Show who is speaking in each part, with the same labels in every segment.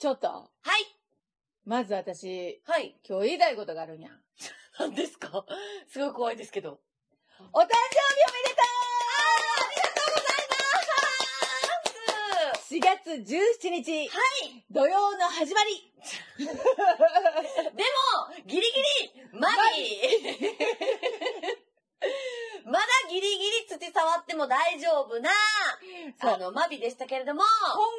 Speaker 1: ちょっと、
Speaker 2: はい。
Speaker 1: まず私、
Speaker 2: はい。
Speaker 1: 今日言いたいことがあるんやん。
Speaker 2: 何ですか すごい怖いですけど。
Speaker 1: お誕生日おめでとう !4 月17日、
Speaker 2: はい。
Speaker 1: 土曜の始まり
Speaker 2: でも、ギリギリ、マリー まだギリギリ土触っても大丈夫な、
Speaker 1: そう
Speaker 2: あの、マビでしたけれども、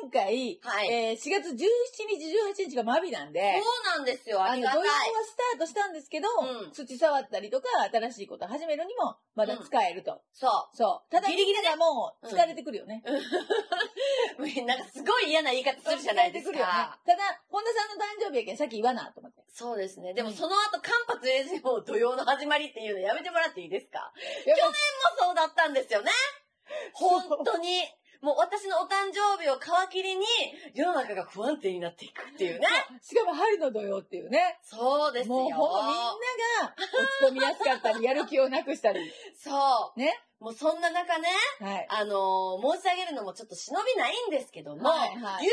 Speaker 1: 今回、
Speaker 2: はい
Speaker 1: えー4月17日、18日がマビなんで、
Speaker 2: そうなんですよ、あ
Speaker 1: あ
Speaker 2: り
Speaker 1: の、
Speaker 2: が
Speaker 1: 土
Speaker 2: た
Speaker 1: 曜
Speaker 2: い
Speaker 1: は。スタートしたんですけど、
Speaker 2: うん
Speaker 1: 土触ったりとか、新しいこと始めるにも、まだ使えると。
Speaker 2: そ
Speaker 1: そう。ただ、
Speaker 2: ギリギ
Speaker 1: み
Speaker 2: リね
Speaker 1: んながもう、疲れてくるよね。
Speaker 2: う。 なんかすごい嫌な言い方するじゃないです
Speaker 1: 疲れてくるよね
Speaker 2: か。
Speaker 1: ただ、本田さんの誕生日やけん、さっき言わな、と思って。
Speaker 2: そうですね。でも
Speaker 1: うん
Speaker 2: その後間髪入れずにもう土曜の始まりっていうのやめてもらっていいですか
Speaker 1: やっぱ
Speaker 2: もうそうだったんですよね。本当に。もう私のお誕生日を皮切りに世の中が不安定になっていくっ ていうね。
Speaker 1: しかも春の土曜っていうね。
Speaker 2: そうですよ。
Speaker 1: もうほぼみんなが落ち込みやすかったり、やる気をなくした り。
Speaker 2: そう。
Speaker 1: ね。
Speaker 2: もうそんな中ね、
Speaker 1: はい。
Speaker 2: あのー申し上げるのもちょっと忍びないんですけども、
Speaker 1: はいはい
Speaker 2: 言うたって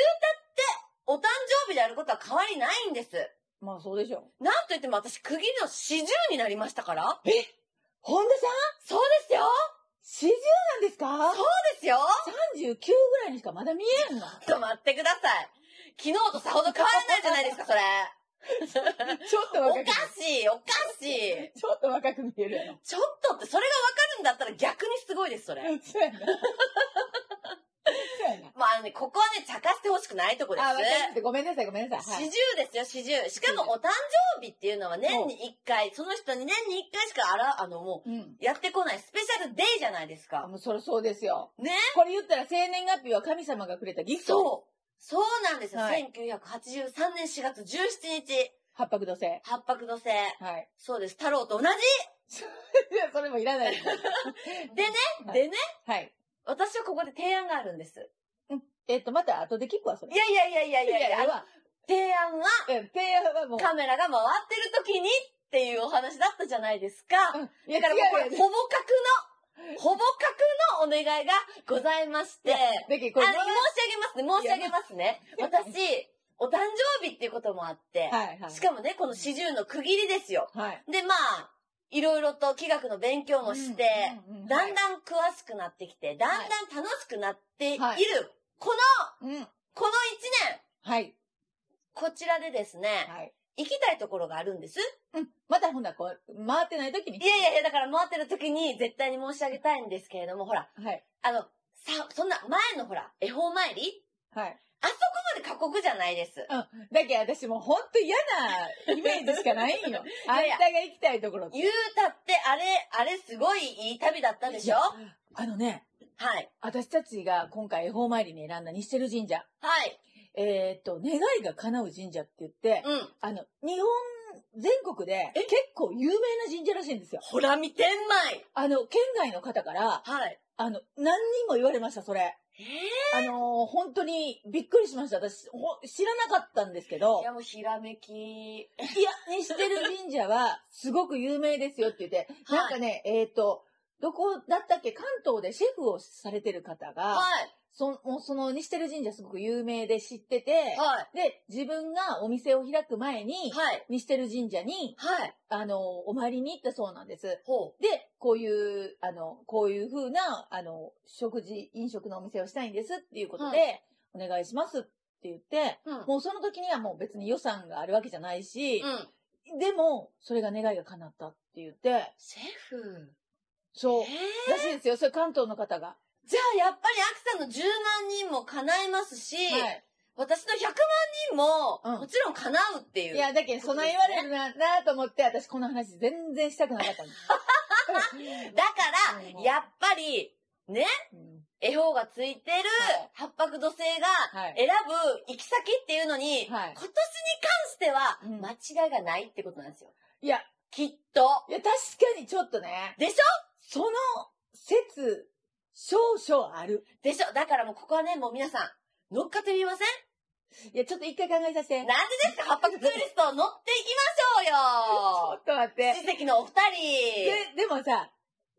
Speaker 2: お誕生日であることは変わりないんです。
Speaker 1: まあそうでしょう。
Speaker 2: なんといっても私、区切りの四十になりましたから。
Speaker 1: 本田さん
Speaker 2: そうですよ
Speaker 1: 四十なんですか
Speaker 2: そうですよ
Speaker 1: 三十九ぐらいにしかまだ見え んの。
Speaker 2: ちょっと待ってください。昨日とさほど変わらないじゃないですか、それ。
Speaker 1: ちょっと
Speaker 2: お
Speaker 1: 若
Speaker 2: か
Speaker 1: く、
Speaker 2: しい、おかしい。
Speaker 1: ちょっと若く見えるやろ。
Speaker 2: ちょっとって、それがわかるんだったら逆にすごいです、それ。
Speaker 1: そうやな。そうやな。
Speaker 2: まあ、あのね、ここはね、茶化してほしくないとこで。
Speaker 1: あ、わかりますした。ごめんなさい、ごめんなさい。は
Speaker 2: 四
Speaker 1: い
Speaker 2: 十ですよ、四十。しかも、お誕生日っていうのは年に一回、その人に年に一回しかあら、あの、も
Speaker 1: うん。
Speaker 2: う、やってこないスペシャルデイじゃないです
Speaker 1: あ、
Speaker 2: か。
Speaker 1: もうそれそうですよ。
Speaker 2: ね
Speaker 1: これ言ったら生年月日は神様がくれたギフト。う。
Speaker 2: そう。そうなんですよ。
Speaker 1: はい
Speaker 2: 1983年4月17日、
Speaker 1: 八白土星。はい。
Speaker 2: 八白土星。そうです。太郎と同じ。
Speaker 1: いや、 それもいらないです。
Speaker 2: でね、
Speaker 1: はい
Speaker 2: でね、
Speaker 1: はい。
Speaker 2: 私はここで提案があるんです。
Speaker 1: えっと、また後で聞くわ、それ。
Speaker 2: いやいやいやいやいやいや、あの提案は、
Speaker 1: うん提案はもう。
Speaker 2: カメラが回ってる時にっていうお話だったじゃないですか。
Speaker 1: うんいや、
Speaker 2: だからもうこ
Speaker 1: 違う
Speaker 2: れ、
Speaker 1: よね
Speaker 2: ほぼ格の、ほぼ格のお願いがございまして、あ
Speaker 1: だけどこ
Speaker 2: の
Speaker 1: れ、
Speaker 2: 申し上げますね、申し上げますね。私、お誕生日っていうこともあって、
Speaker 1: はいはい。
Speaker 2: しかもね、この四十の区切りですよ。
Speaker 1: はい。
Speaker 2: で、まあ、いろいろと器楽の勉強もして、
Speaker 1: うん、うん
Speaker 2: だんだん詳しくなってきて、だんだん楽しくなっている、
Speaker 1: はい
Speaker 2: この、
Speaker 1: うんうん。
Speaker 2: この一年、
Speaker 1: はい。
Speaker 2: こちらでですね、
Speaker 1: はい。
Speaker 2: 行きたいところがあるんです。
Speaker 1: うん。またほんならこう、回ってない時に
Speaker 2: い。やいやいや、だから回ってる時に絶対に申し上げたいんですけれども、ほら、
Speaker 1: はい。
Speaker 2: あの、さ、そんな前のほら、恵方参り
Speaker 1: はい。
Speaker 2: あそこまで過酷じゃないです。
Speaker 1: だけど私もうほんと嫌なイメージしかないんよ。あん
Speaker 2: やいや
Speaker 1: たが行きたいところって
Speaker 2: 言うたって、あれ、あれすごいいい旅だったでし
Speaker 1: い
Speaker 2: ょは
Speaker 1: やあのね、
Speaker 2: い。
Speaker 1: 私たちが今回恵方参りに選んだ西テル神社。
Speaker 2: はい。
Speaker 1: えーっと、願いが叶う神社って言って、
Speaker 2: うん。
Speaker 1: あの、日本全国で結構有名な神社らしいんですよ。
Speaker 2: ほら見てんまい
Speaker 1: あの、県外の方から、
Speaker 2: はい。
Speaker 1: あの、何人も言われました、それ。
Speaker 2: え
Speaker 1: あのー本当にびっくりしました。私、ほ知らなかったんですけど、
Speaker 2: い
Speaker 1: い
Speaker 2: やもうひらめき。
Speaker 1: や、にしてる神社はすごく有名ですよって言って、
Speaker 2: はい
Speaker 1: なんかね、えっ、と、どこだったっけ関東でシェフをされてる方が、
Speaker 2: はい。
Speaker 1: そもうその西てる神社すごく有名で知ってて、
Speaker 2: は
Speaker 1: で、自分がお店を開く前
Speaker 2: い。
Speaker 1: に、
Speaker 2: はい。
Speaker 1: 西てる神社に、
Speaker 2: はい。
Speaker 1: あのーお参りに行ったそうなんです。
Speaker 2: ほう。
Speaker 1: で、こういう、あの、こういう風な、あの、食事、飲食のお店をしたいんですっていうことで、お願いしますって言って、
Speaker 2: うん。
Speaker 1: もうその時にはもう別に予算があるわけじゃないし
Speaker 2: う、ん。
Speaker 1: でも、それが願いが叶ったって言って、
Speaker 2: シェフ。
Speaker 1: そう、
Speaker 2: え
Speaker 1: らしいですよ、それ関東の方が。は
Speaker 2: じゃあやっぱりアクさんの10万人も叶えますし、
Speaker 1: い。
Speaker 2: 私の100万人
Speaker 1: う
Speaker 2: も、
Speaker 1: ん
Speaker 2: もちろん叶うっていう。
Speaker 1: いや、だけど、そんな言われるな、なと思って、私この話全然したくなか ったんです。
Speaker 2: だから
Speaker 1: うん、
Speaker 2: やっぱり、
Speaker 1: うん
Speaker 2: 絵方がついてる
Speaker 1: はい、
Speaker 2: 八白土星が
Speaker 1: はい
Speaker 2: 選ぶ行き先っていうのに、
Speaker 1: はい
Speaker 2: 今年に関しては
Speaker 1: うん、
Speaker 2: 間違いがないってことなんですよ。
Speaker 1: いや、
Speaker 2: きっと。
Speaker 1: いや、確かにちょっとね、
Speaker 2: でしょ
Speaker 1: その説、少々ある。
Speaker 2: でしょだからもうここはね、もう皆さん、乗っかってみません
Speaker 1: いや、ちょっと一回考えさせて。
Speaker 2: なんでですか八白ツーリスト乗っていきまし
Speaker 1: ちょ
Speaker 2: ょうよ
Speaker 1: っと待って。
Speaker 2: 奇跡のお二
Speaker 1: で
Speaker 2: 人、
Speaker 1: でもさ、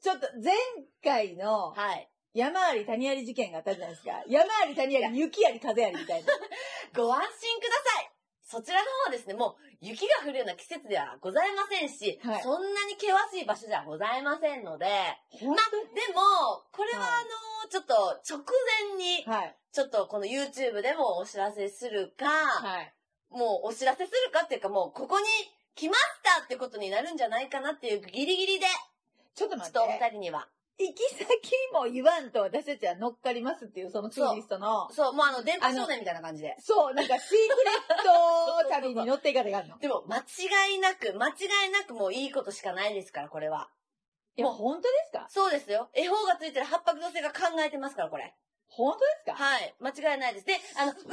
Speaker 1: ちょっと前回の
Speaker 2: はい。
Speaker 1: 山あり谷あり事件があったじゃないですか。山あり谷あり、雪あり風ありみたい な。
Speaker 2: ご安心くださいそちらの方はですね、もう雪が降るような季節ではございませんし、
Speaker 1: はい
Speaker 2: そんなに険しい場所じゃございませんので、まあ、でも、これはあのちょっと直前に、
Speaker 1: はい。
Speaker 2: ちょっとこの YouTube でもお知らせするか、
Speaker 1: はい。
Speaker 2: もうお知らせするかっていうかもうここに来ましたってことになるんじゃないかなっていうギリギリで、
Speaker 1: ちょっと
Speaker 2: ちょ
Speaker 1: 待
Speaker 2: っ
Speaker 1: って
Speaker 2: とお。二人には。
Speaker 1: 行き先も言わんと私たちは乗っかりますっていう、そのツーリストの。
Speaker 2: そう、もうあの、電波少年みたいな感じで。
Speaker 1: そう、なんかシークレット旅に乗っていかれがあるの。
Speaker 2: でも、間違いなく、間違いなくもういいことしかないですから、これは。
Speaker 1: いや、本当ですか
Speaker 2: そうですよ。恵方がついてる八白土星が考えてますから、これ。
Speaker 1: 本当ですか
Speaker 2: はい。間違いないです。で、あの、運転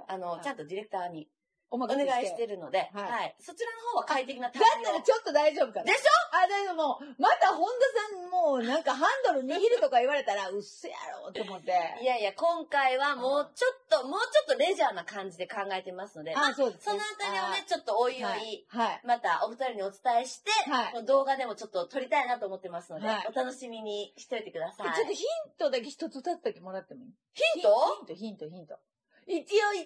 Speaker 2: は、あの、ちゃんとディレクターに
Speaker 1: お
Speaker 2: お
Speaker 1: 任
Speaker 2: 願
Speaker 1: せして。
Speaker 2: いしてるので、
Speaker 1: はい
Speaker 2: はい。そちらの方は快適な
Speaker 1: だ
Speaker 2: 旅を
Speaker 1: ったらちょっと大丈夫かな。
Speaker 2: でしょ
Speaker 1: あ、だけどもう、また本田さんもうなんかハンドル握るとか言われたら、うっせやろうと思って。
Speaker 2: いやいや、今回はもうちょっと、もうちょっとレジャーな感じで考えてますので、
Speaker 1: あ、そうです、
Speaker 2: そのあたりをね、ちょっとおいおい、
Speaker 1: はい。はい。
Speaker 2: またお二人にお伝えして、
Speaker 1: はい
Speaker 2: この動画でもちょっと撮りたいなと思ってますので、
Speaker 1: はい
Speaker 2: お楽しみにしておいてください。
Speaker 1: ちょっとヒントだけ一つ二つだけもらってもいい
Speaker 2: ヒント
Speaker 1: ヒント、ヒント、ヒント。一応、一応、一応、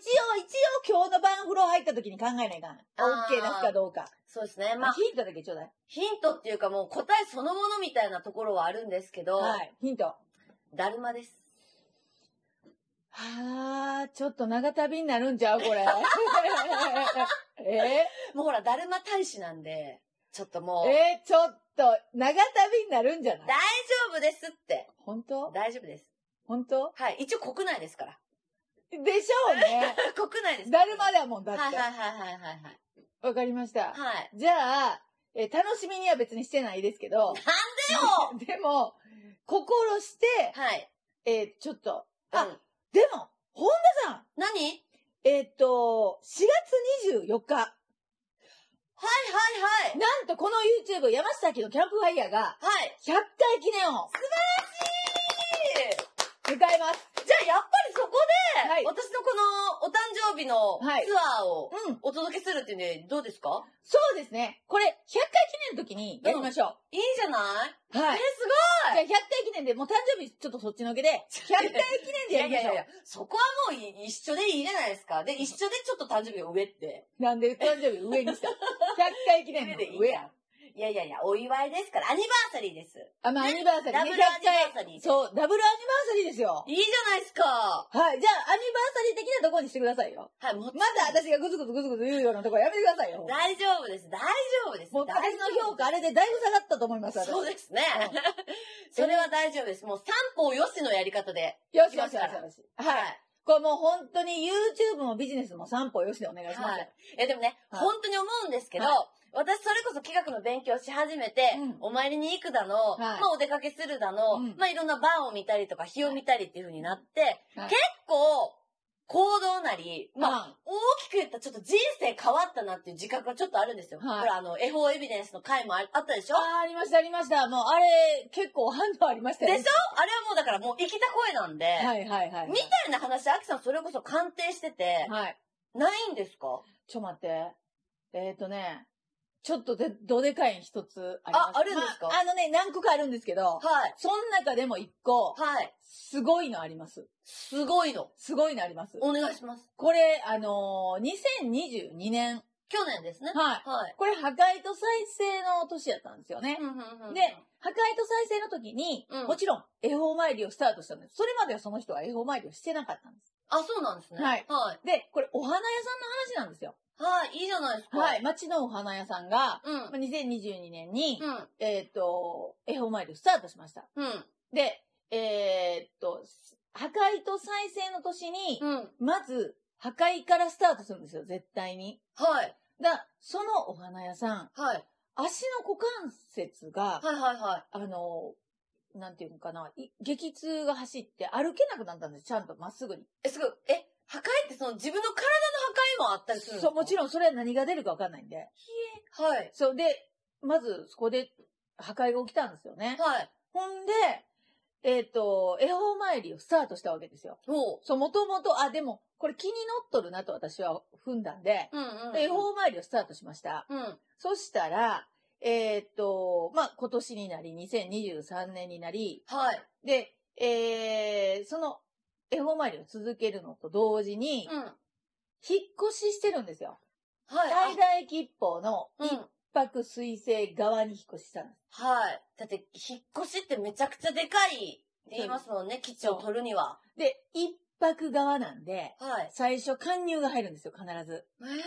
Speaker 1: 今日の晩風呂入った時に考えないかん。
Speaker 2: あー
Speaker 1: OK 出すかどうか。
Speaker 2: そうですね。ま
Speaker 1: まあ、
Speaker 2: あ、
Speaker 1: ヒントだけちょうだい。
Speaker 2: ヒントっていうかもう答えそのものみたいなところはあるんですけど、
Speaker 1: はい。ヒント。
Speaker 2: だるまです。
Speaker 1: はあ、ちょっと長旅になるんちゃう これ。え
Speaker 2: もうほら、だるま大使なんで、ちょっともう、大丈
Speaker 1: えちょっと、長旅になるんじゃない
Speaker 2: 夫ですって。
Speaker 1: 本当
Speaker 2: 大丈夫です。
Speaker 1: 本当
Speaker 2: はい。一応国内ですから。
Speaker 1: でしょうね。
Speaker 2: 国内です。
Speaker 1: だるまだもんだ
Speaker 2: は
Speaker 1: っ
Speaker 2: いはい
Speaker 1: て。
Speaker 2: はいはいはいはい。
Speaker 1: わかりました。
Speaker 2: はい。
Speaker 1: じゃあ、えー楽しみには別にしてないですけど、
Speaker 2: でも、
Speaker 1: でも、心して、
Speaker 2: はい。
Speaker 1: えーちょっと、あ
Speaker 2: うん、
Speaker 1: でも、本田さん、
Speaker 2: 何はい
Speaker 1: えーっと、4月24日、
Speaker 2: はいはい。
Speaker 1: なんとこの YouTube 山下明のキャンプファイヤーが、
Speaker 2: はい。
Speaker 1: 100回記念を迎えます。
Speaker 2: じゃあやっぱりそこで、
Speaker 1: はい
Speaker 2: 私のこのお誕生日の
Speaker 1: はい
Speaker 2: ツアーを
Speaker 1: うん、
Speaker 2: お届けするっていうね、どうですか
Speaker 1: そうですね。これ、100回記念の時にやりましょ
Speaker 2: いいじゃない、
Speaker 1: う。はい。
Speaker 2: えー、す
Speaker 1: じゃあ100回記念で、もう誕生日ちょっとそっちのけで、100回 記
Speaker 2: ごいいや
Speaker 1: 念でやり
Speaker 2: いやい
Speaker 1: ま
Speaker 2: や
Speaker 1: し
Speaker 2: い
Speaker 1: ょ
Speaker 2: や、そこはもうい一緒でいいじゃないですか。で、一緒でちょっと誕生日が上って。
Speaker 1: う。なんで誕生日上 にした ?100 回記念
Speaker 2: 上
Speaker 1: の
Speaker 2: でいい
Speaker 1: 上
Speaker 2: やん。いやいやいや、お祝いですから、アニバーサリーです。
Speaker 1: あ、まあ、アニバーサリ
Speaker 2: ダ
Speaker 1: ー
Speaker 2: ブ
Speaker 1: ね、
Speaker 2: ルア
Speaker 1: 100
Speaker 2: ニ
Speaker 1: 回。
Speaker 2: バーサリー。
Speaker 1: そう、ダブルアニバーサリーですよ。
Speaker 2: いいじゃないですか。
Speaker 1: はい。じゃあ、アニバーサリー的なところにしてくださいよ。
Speaker 2: はい、もう
Speaker 1: まだ私がグズグズグズグズ言うようなところやめてくださいよ。
Speaker 2: 大丈夫です。大丈夫です。
Speaker 1: もう私の評価あ
Speaker 2: れ
Speaker 1: れでだいぶ下がったと思います、私
Speaker 2: そうですね。
Speaker 1: うん
Speaker 2: それは大丈夫です。もう三方よしのやり方で。
Speaker 1: よしよしよしよし。はい。
Speaker 2: い。
Speaker 1: これもう本当に YouTube もビジネスも散歩よしでお願いします。
Speaker 2: はい。え、でもね、
Speaker 1: はい
Speaker 2: 本当に思うんですけど、
Speaker 1: はい
Speaker 2: 私それこそ企画の勉強し始めて、
Speaker 1: うん
Speaker 2: お参りに行くだの、
Speaker 1: はい
Speaker 2: まあお出かけするだの、
Speaker 1: うん
Speaker 2: まあいろんなバーを見たりとか、日を見たりっていう風になって、
Speaker 1: はい
Speaker 2: 結構、行動なり、まあ、
Speaker 1: ま
Speaker 2: 大きく言ったらちょっと人生変わったなっていう自覚がちょっとあるんですよ。
Speaker 1: はい
Speaker 2: ほら、あの、絵法エビデンスの回もああったでしょ
Speaker 1: あー、ありました、ありました。もう、あれ、結構反応ありましたよね。
Speaker 2: でしあれはもうだからもう生きた声なんで、
Speaker 1: はいはいはい。
Speaker 2: みたいな話、アキさんそれこそ鑑定してて、
Speaker 1: はい。
Speaker 2: ないんですか
Speaker 1: ちょ待って。えっ、ー、とね、ちょっとで、どでかい一つあります。
Speaker 2: ああるんですか
Speaker 1: まあ、あのね、何個かあるんですけど、
Speaker 2: はい。
Speaker 1: その中でも一個、
Speaker 2: はい。
Speaker 1: すごいのあります。
Speaker 2: すごいの。
Speaker 1: すごいのあります。
Speaker 2: お願いします。
Speaker 1: これ、あのー2022年。
Speaker 2: 去年ですね。
Speaker 1: はい。
Speaker 2: はい。
Speaker 1: これ、破壊と再生の年やったんですよね。で
Speaker 2: で、
Speaker 1: 破壊と再生の時に、
Speaker 2: うん
Speaker 1: もちろん、恵方参りをスタートしたんです。それまではその人は恵方参りをしてなかったんです。
Speaker 2: あ、そうなんですね。
Speaker 1: はい
Speaker 2: は
Speaker 1: で、これ、お花屋さんの話なんですよ。
Speaker 2: い。はい、いいじゃないですか。
Speaker 1: はい。。町のお花屋さんが、
Speaker 2: うん。
Speaker 1: まあ2022年に、
Speaker 2: うん。
Speaker 1: えっ、と、恵方参りをスタートしました。
Speaker 2: うん。
Speaker 1: で、えっ、と、破壊と再生の年に、
Speaker 2: うん。
Speaker 1: まず、破壊からスタートするんですよ、絶対に。
Speaker 2: はい。
Speaker 1: だ、そのお花屋さん、
Speaker 2: はい。
Speaker 1: 足の股関節が、
Speaker 2: はいはいは
Speaker 1: あの、なんていうのかな、い激痛が走って歩けなくなったんです、ちゃんとまっすぐに。
Speaker 2: い。え、すごい。え、破壊ってその自分の体の破壊もあったりするんですか
Speaker 1: そう、もちろんそれは何が出るかわかんないんで。
Speaker 2: ろん。はい。
Speaker 1: そう、で、まずそこで破壊が起きたんですよね。
Speaker 2: はい。
Speaker 1: ほんで、えっ、と、恵方参りをスタートしたわけですよ。
Speaker 2: ほ
Speaker 1: そう、もともと、あ、でも、これ気に乗っとるなと私は踏んだんで、
Speaker 2: う。うんうん。
Speaker 1: で恵方参りをスタートしました。
Speaker 2: うん。
Speaker 1: そしたら、えっ、と、まあ、今年になり、2023年になり、
Speaker 2: はい。
Speaker 1: で、えー、その、恵方参りを続けるのと同時に、
Speaker 2: うん。
Speaker 1: 引っ越ししてるんですよ。
Speaker 2: は
Speaker 1: 最
Speaker 2: い。
Speaker 1: 大吉報の
Speaker 2: あうん。
Speaker 1: 一泊水星側に引っ越ししたんです。
Speaker 2: はい。だって、引っ越しってめちゃくちゃでかいって言いますもんね、基地を取るには。
Speaker 1: で、一泊側なんで、
Speaker 2: はい。
Speaker 1: 最初貫入が入るんですよ、必ず。
Speaker 2: えー、厳しい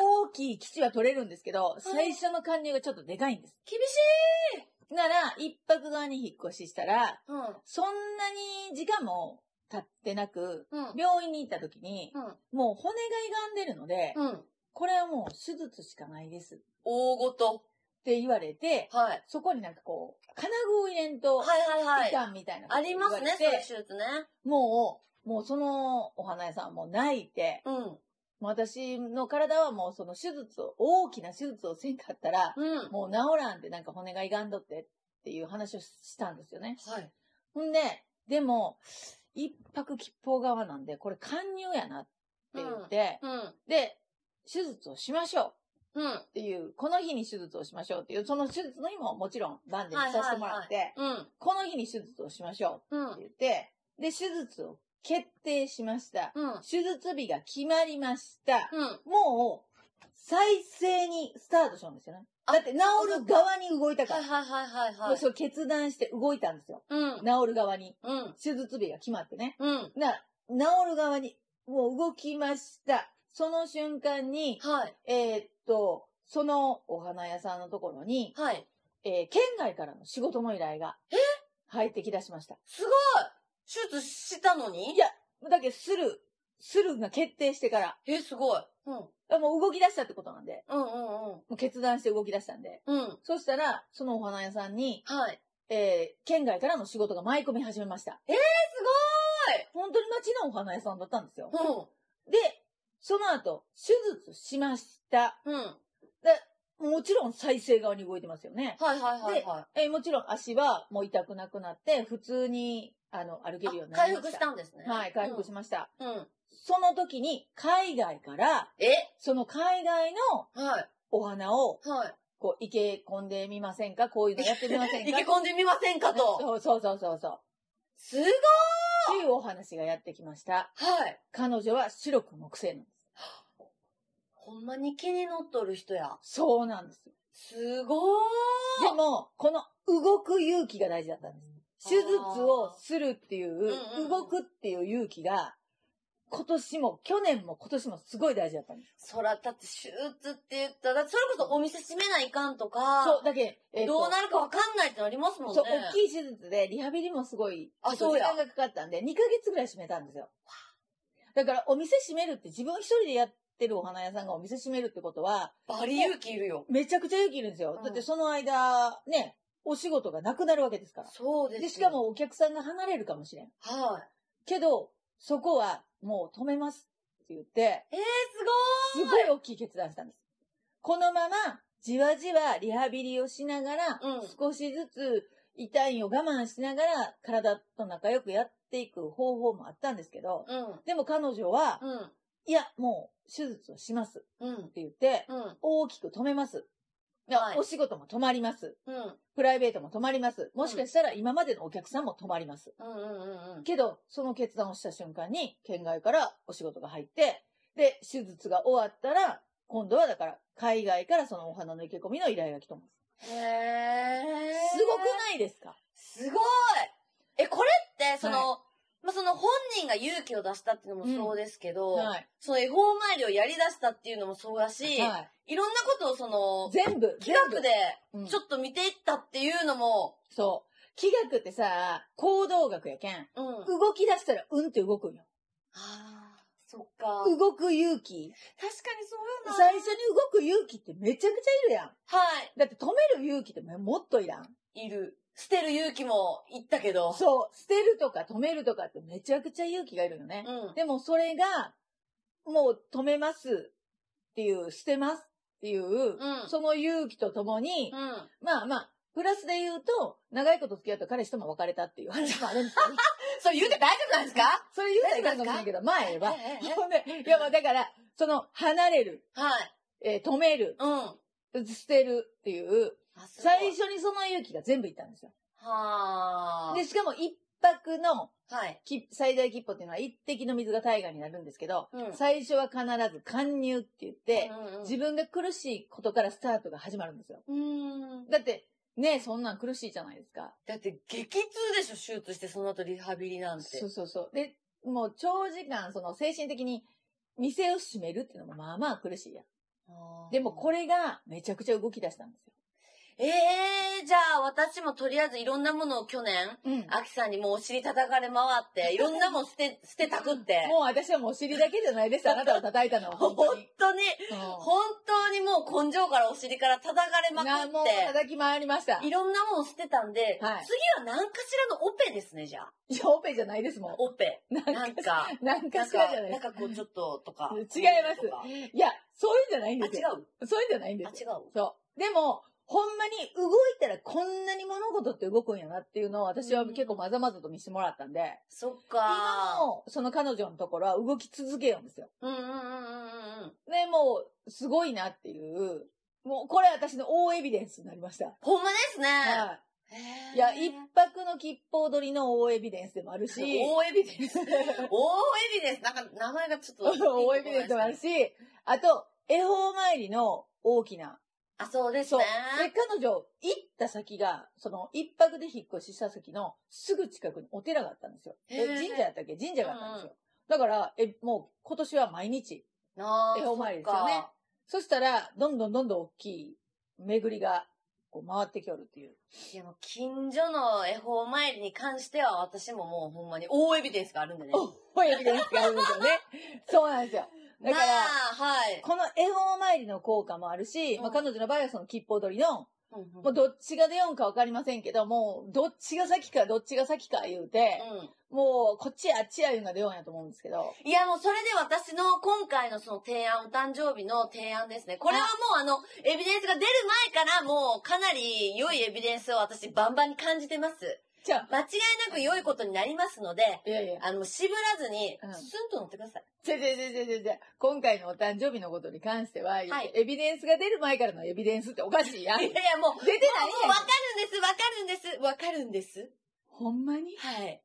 Speaker 1: 大きい基地は取れるんですけど、最初の貫入がちょっとでかいんです。なら、一泊側に引っ越ししたら、
Speaker 2: うん。
Speaker 1: そんなに時間も経ってなく、
Speaker 2: うん。
Speaker 1: 病院に行った時に、
Speaker 2: うん。
Speaker 1: もう骨が歪んでるので、
Speaker 2: うん。
Speaker 1: これはもう手術しかないですっ
Speaker 2: 大ごと。
Speaker 1: て言われて、
Speaker 2: はい。
Speaker 1: そこになんかこう、金具を入れんと、
Speaker 2: はいはいはい。
Speaker 1: 痛んみたいなこと
Speaker 2: あ
Speaker 1: 言
Speaker 2: り
Speaker 1: わ
Speaker 2: ま
Speaker 1: れ
Speaker 2: す
Speaker 1: て
Speaker 2: ね、そういう手術ね。
Speaker 1: もう、もうそのお花屋さんはもう泣いて、
Speaker 2: うん。
Speaker 1: もう私の体はもうその手術を、大きな手術をせんかったら、
Speaker 2: うん。
Speaker 1: もう治らんってなんか骨が歪んどってっていう話をしたんですよね。
Speaker 2: はい。
Speaker 1: ほんで、でも、一泊吉報側なんで、これ貫入やなって言って、
Speaker 2: うん。
Speaker 1: で、手術をしましょう
Speaker 2: うん。
Speaker 1: っていう、この日に手術をしましょうっていう、その手術の日ももちろんバンデにさせてもらって、
Speaker 2: うん。
Speaker 1: この日に手術をしましょ
Speaker 2: うん
Speaker 1: うって。言って、で、手術を決定しました。
Speaker 2: うん。
Speaker 1: 手術日が決まりました。
Speaker 2: うん。
Speaker 1: もう、再生にスタートしたんですよね。
Speaker 2: あ
Speaker 1: だって治る側に動いたか
Speaker 2: はい
Speaker 1: ら。
Speaker 2: はいはいはい
Speaker 1: も
Speaker 2: は
Speaker 1: う
Speaker 2: い。
Speaker 1: そう決断して動いたんですよ。
Speaker 2: う
Speaker 1: 治
Speaker 2: ん。
Speaker 1: る側に。
Speaker 2: うん。
Speaker 1: 手術日が決まってね。
Speaker 2: うん。
Speaker 1: な、治る側に、もう動きました。その瞬間に、
Speaker 2: はい。
Speaker 1: えーっと、そのお花屋さんのところに、
Speaker 2: はい。
Speaker 1: えー県外からの仕事の依頼が、入ってきだしました。
Speaker 2: すごい手術したのに
Speaker 1: いやだけど、する、するが決定してから、
Speaker 2: え、すごい。うん。
Speaker 1: あもう動き出したってことなんで、
Speaker 2: うんうん
Speaker 1: もう決断して動き出したんで。
Speaker 2: うん。うん。
Speaker 1: そしたら、そのお花屋さんに、
Speaker 2: はい。
Speaker 1: えー県外からの仕事が舞い込み始めました。
Speaker 2: えー
Speaker 1: すごい本当に街のお花屋さんだったんですよ。
Speaker 2: う
Speaker 1: で、その後、手術しました。
Speaker 2: ん。うん。はい
Speaker 1: もちろん再生側に動いてますよね。
Speaker 2: はいはいはい。
Speaker 1: えーもちろん足はもう痛くなくなって、普通に、あの、歩けるように
Speaker 2: あ
Speaker 1: なりました。
Speaker 2: 回復したんですね。
Speaker 1: はい、回復しました。
Speaker 2: うん。うん。
Speaker 1: その時に、海外から、
Speaker 2: え
Speaker 1: その海外の
Speaker 2: はい。
Speaker 1: お花を、
Speaker 2: は
Speaker 1: こう、生け込んでみませんかこういうのやってみません
Speaker 2: い。
Speaker 1: か
Speaker 2: け込んでみませんかと。
Speaker 1: そうそうそうそうそう。
Speaker 2: すごい
Speaker 1: っていうお話がやってきました。
Speaker 2: はい。
Speaker 1: 彼女は白く木星なんです。
Speaker 2: ほんまに気に乗っとる人や。
Speaker 1: そうなんです。
Speaker 2: すごー
Speaker 1: でも、この動く勇気が大事だったんです。手術をするっていう
Speaker 2: うんう、ん
Speaker 1: 動くっていう勇気が、今年も、去年も今年もすごい大事だったんです。
Speaker 2: そら、だって手術って言ったら、それこそお店閉めないかんとか、
Speaker 1: そう、だけ、えーと
Speaker 2: どうなるかわかんないってなりますもんね。
Speaker 1: そう、大きい手術で、リハビリもすごい、
Speaker 2: あ
Speaker 1: ちょっと
Speaker 2: そうや
Speaker 1: 時間がかかったんで、2ヶ月ぐらい閉めたんですよ。だから、お店閉めるって、自分一人でやってるお花屋さんがお店閉めるってことは、
Speaker 2: バリ勇気いるよ。
Speaker 1: めちゃくちゃ勇気いるんですよ。
Speaker 2: うん
Speaker 1: だって、その間、ね、お仕事がなくなるわけですから。
Speaker 2: そうです
Speaker 1: で、
Speaker 2: よ
Speaker 1: しか、もお客さんが離れるかもしれん。
Speaker 2: はい。
Speaker 1: けど、そこは、もう止めますって言って、
Speaker 2: えー、
Speaker 1: すごい大きい決断したんです。このまま、じわじわリハビリをしながら、
Speaker 2: うん
Speaker 1: 少しずつ痛いを我慢しながら、体と仲良くやっていく方法もあったんですけど、
Speaker 2: すごい
Speaker 1: でも彼女は、
Speaker 2: うん。
Speaker 1: いや、もう手術をしますって
Speaker 2: うん。
Speaker 1: 言って、
Speaker 2: うん。
Speaker 1: 大きく止めます。いや
Speaker 2: はい
Speaker 1: お仕事も止まります。
Speaker 2: うん。
Speaker 1: プライベートも止まります。もしかしたら今までのお客さんも止まります。
Speaker 2: うん。うん。うん。うん。
Speaker 1: けど、その決断をした瞬間に、県外からお仕事が入って、で、手術が終わったら、今度はだから、海外からそのお花の生け込みの依頼が来てます。
Speaker 2: へ
Speaker 1: す
Speaker 2: ー。
Speaker 1: ごくないですか
Speaker 2: すごいえ、これって、その、まあ、その本人が勇気を出したっていうのもそうですけど、
Speaker 1: はい。
Speaker 2: その恵方参りをやり出したっていうのもそうだし、、
Speaker 1: はい
Speaker 2: ろんなことをその
Speaker 1: い。、全部、
Speaker 2: 企画で
Speaker 1: 全部、うん
Speaker 2: ちょっと見ていったっていうのも、
Speaker 1: そう。気学ってさ、行動学やけん。
Speaker 2: うん。あ
Speaker 1: 動き出したら、うんって動くんよ。
Speaker 2: あー、そっか。確かに
Speaker 1: 動く勇気。
Speaker 2: そうよな。
Speaker 1: 最初に動く勇気ってめちゃくちゃいるやん。
Speaker 2: は
Speaker 1: だって止める勇気ってもっといらん。
Speaker 2: い。いる。捨てる勇気もいったけど。
Speaker 1: そう。捨てるとか止めるとかってめちゃくちゃ勇気がいるよね。
Speaker 2: うん。
Speaker 1: でもそれが、もう止めますっていう、捨てますっていう、
Speaker 2: うん
Speaker 1: その勇気とともに、
Speaker 2: うん。
Speaker 1: まあまあ、プラスで言うと、長いこと付き合った彼氏とも別れたっていう話もあるんですけど、
Speaker 2: それ 言うて大丈夫なんですか
Speaker 1: それ言うたらいかんかもしれんけど、まあええわ。
Speaker 2: えええ
Speaker 1: ほんで、いやまあだから、その、離れる、
Speaker 2: えはい。
Speaker 1: えー止める、
Speaker 2: うん。
Speaker 1: 捨てるっていう、
Speaker 2: あすごい
Speaker 1: 最初にその勇気が全部いったんですよ。
Speaker 2: はあ。
Speaker 1: で、しかも一泊の
Speaker 2: はい。
Speaker 1: き最大切符っていうのは一滴の水が大河になるんですけど、
Speaker 2: うん
Speaker 1: 最初は必ず貫入って言って、
Speaker 2: うんうん
Speaker 1: 自分が苦しいことからスタートが始まるんですよ。
Speaker 2: うん。
Speaker 1: だって、ねえそんなん苦しいじゃないですか。
Speaker 2: だって激痛でしょ、手術してその後リハビリなんて。
Speaker 1: そうそうそう。で、もう長時間、その精神的に店を閉めるっていうのもまあまあ苦しいやん。でもこ
Speaker 2: れ。
Speaker 1: れがめちゃくちゃ動き出したんですよ。
Speaker 2: ええじゃあ私もとりあえずいろんなものを去年、
Speaker 1: うん。
Speaker 2: アキさんにもうお尻叩かれ回 って、いろんなもん捨て、捨てたくって。
Speaker 1: もう私はもうお尻だけじゃないです。あなたを叩いたのは
Speaker 2: 本
Speaker 1: 本当 に。
Speaker 2: 当に、
Speaker 1: うん
Speaker 2: 本当にもう根性からお尻から叩かれまく
Speaker 1: なもう
Speaker 2: っ
Speaker 1: 叩き回りました。
Speaker 2: て、いろんなもん捨てたんで、
Speaker 1: はい
Speaker 2: 次は何かしらのオペですね、じゃあ。
Speaker 1: いや、オペじゃないですもん。
Speaker 2: オペ。
Speaker 1: なんか
Speaker 2: なんか、
Speaker 1: なん
Speaker 2: な
Speaker 1: か
Speaker 2: ん
Speaker 1: しら
Speaker 2: か
Speaker 1: じゃない、
Speaker 2: な
Speaker 1: で
Speaker 2: ん
Speaker 1: す
Speaker 2: かこうちょっととか。
Speaker 1: 違います
Speaker 2: とか
Speaker 1: いや、そういうんじゃないん
Speaker 2: あ、
Speaker 1: です
Speaker 2: 違
Speaker 1: よ。
Speaker 2: う
Speaker 1: そういうんじゃないんで
Speaker 2: あ、
Speaker 1: す
Speaker 2: 違
Speaker 1: よ。
Speaker 2: う
Speaker 1: そう。でも、ほんまに動いたらこんなに物事って動くんやなっていうのを私は結構まざまざと見せてもらったんで、
Speaker 2: そっ
Speaker 1: 今
Speaker 2: か
Speaker 1: もその彼女のところは動き続けようんですよ。
Speaker 2: うんうんうんうんうん。
Speaker 1: で、もう、すごいなっていう、もうこれ私の大エビデンスになりました。
Speaker 2: ほんまですね。
Speaker 1: はい
Speaker 2: へー
Speaker 1: いや、一泊の吉報取りの大エビデンスでもあるし、
Speaker 2: 大エビデンス。大エビデンス。なんか名前がちょっと。
Speaker 1: 大エビデンスでもあるし、あと、恵方参りの大きな。
Speaker 2: あ、そうです
Speaker 1: そう。
Speaker 2: ね
Speaker 1: で。、彼女、行った先が、その、一泊で引っ越しした先の、すぐ近くにお寺があったんですよ。え
Speaker 2: へー
Speaker 1: 神社やったっけ神社があったんですよ。だから、え、もう、今年は毎日。
Speaker 2: なあ
Speaker 1: 恵方参りですよね
Speaker 2: そっか
Speaker 1: そしたら、どんどんどんどん大きい巡りが、こう、回ってきおるって いう。
Speaker 2: いや、もう近所の恵方参りに関しては、私ももうほんまに大エビデンスがあるんでね。
Speaker 1: 大エビデンスがあるんですよね。そうなんですよ。だから、
Speaker 2: なあはい。
Speaker 1: この恵方参りの効果もあるし、
Speaker 2: うん
Speaker 1: まあ、彼女の場合はその吉報取りの、
Speaker 2: うんうん
Speaker 1: もうどっちが出よんかわかりませんけど、もうどっちが先かどっちが先か言うて、
Speaker 2: うん
Speaker 1: もうこっちやあっちや言うんが出ようんやと思うんですけど、
Speaker 2: いや、もうそれで私の今回のその提案、お誕生日の提案ですね。これはもうあの、エビデンスが出る前からもうかなり良いエビデンスを私バンバンに感じてます。
Speaker 1: じゃあ、
Speaker 2: 間違いなく良いことになりますので、
Speaker 1: いやいや、
Speaker 2: あの、渋らずに
Speaker 1: うん、
Speaker 2: スンと乗ってください。
Speaker 1: じゃじゃじゃじゃじゃじゃ今回のお誕生日のことに関しては、言うて
Speaker 2: はい
Speaker 1: エビデンスが出る前からのエビデンスっておかしいやん。
Speaker 2: いや
Speaker 1: 出
Speaker 2: い
Speaker 1: て
Speaker 2: や、もう、も
Speaker 1: ないやん
Speaker 2: うわかるんです、わかるんです、わかるんです。
Speaker 1: ほんまに
Speaker 2: はい。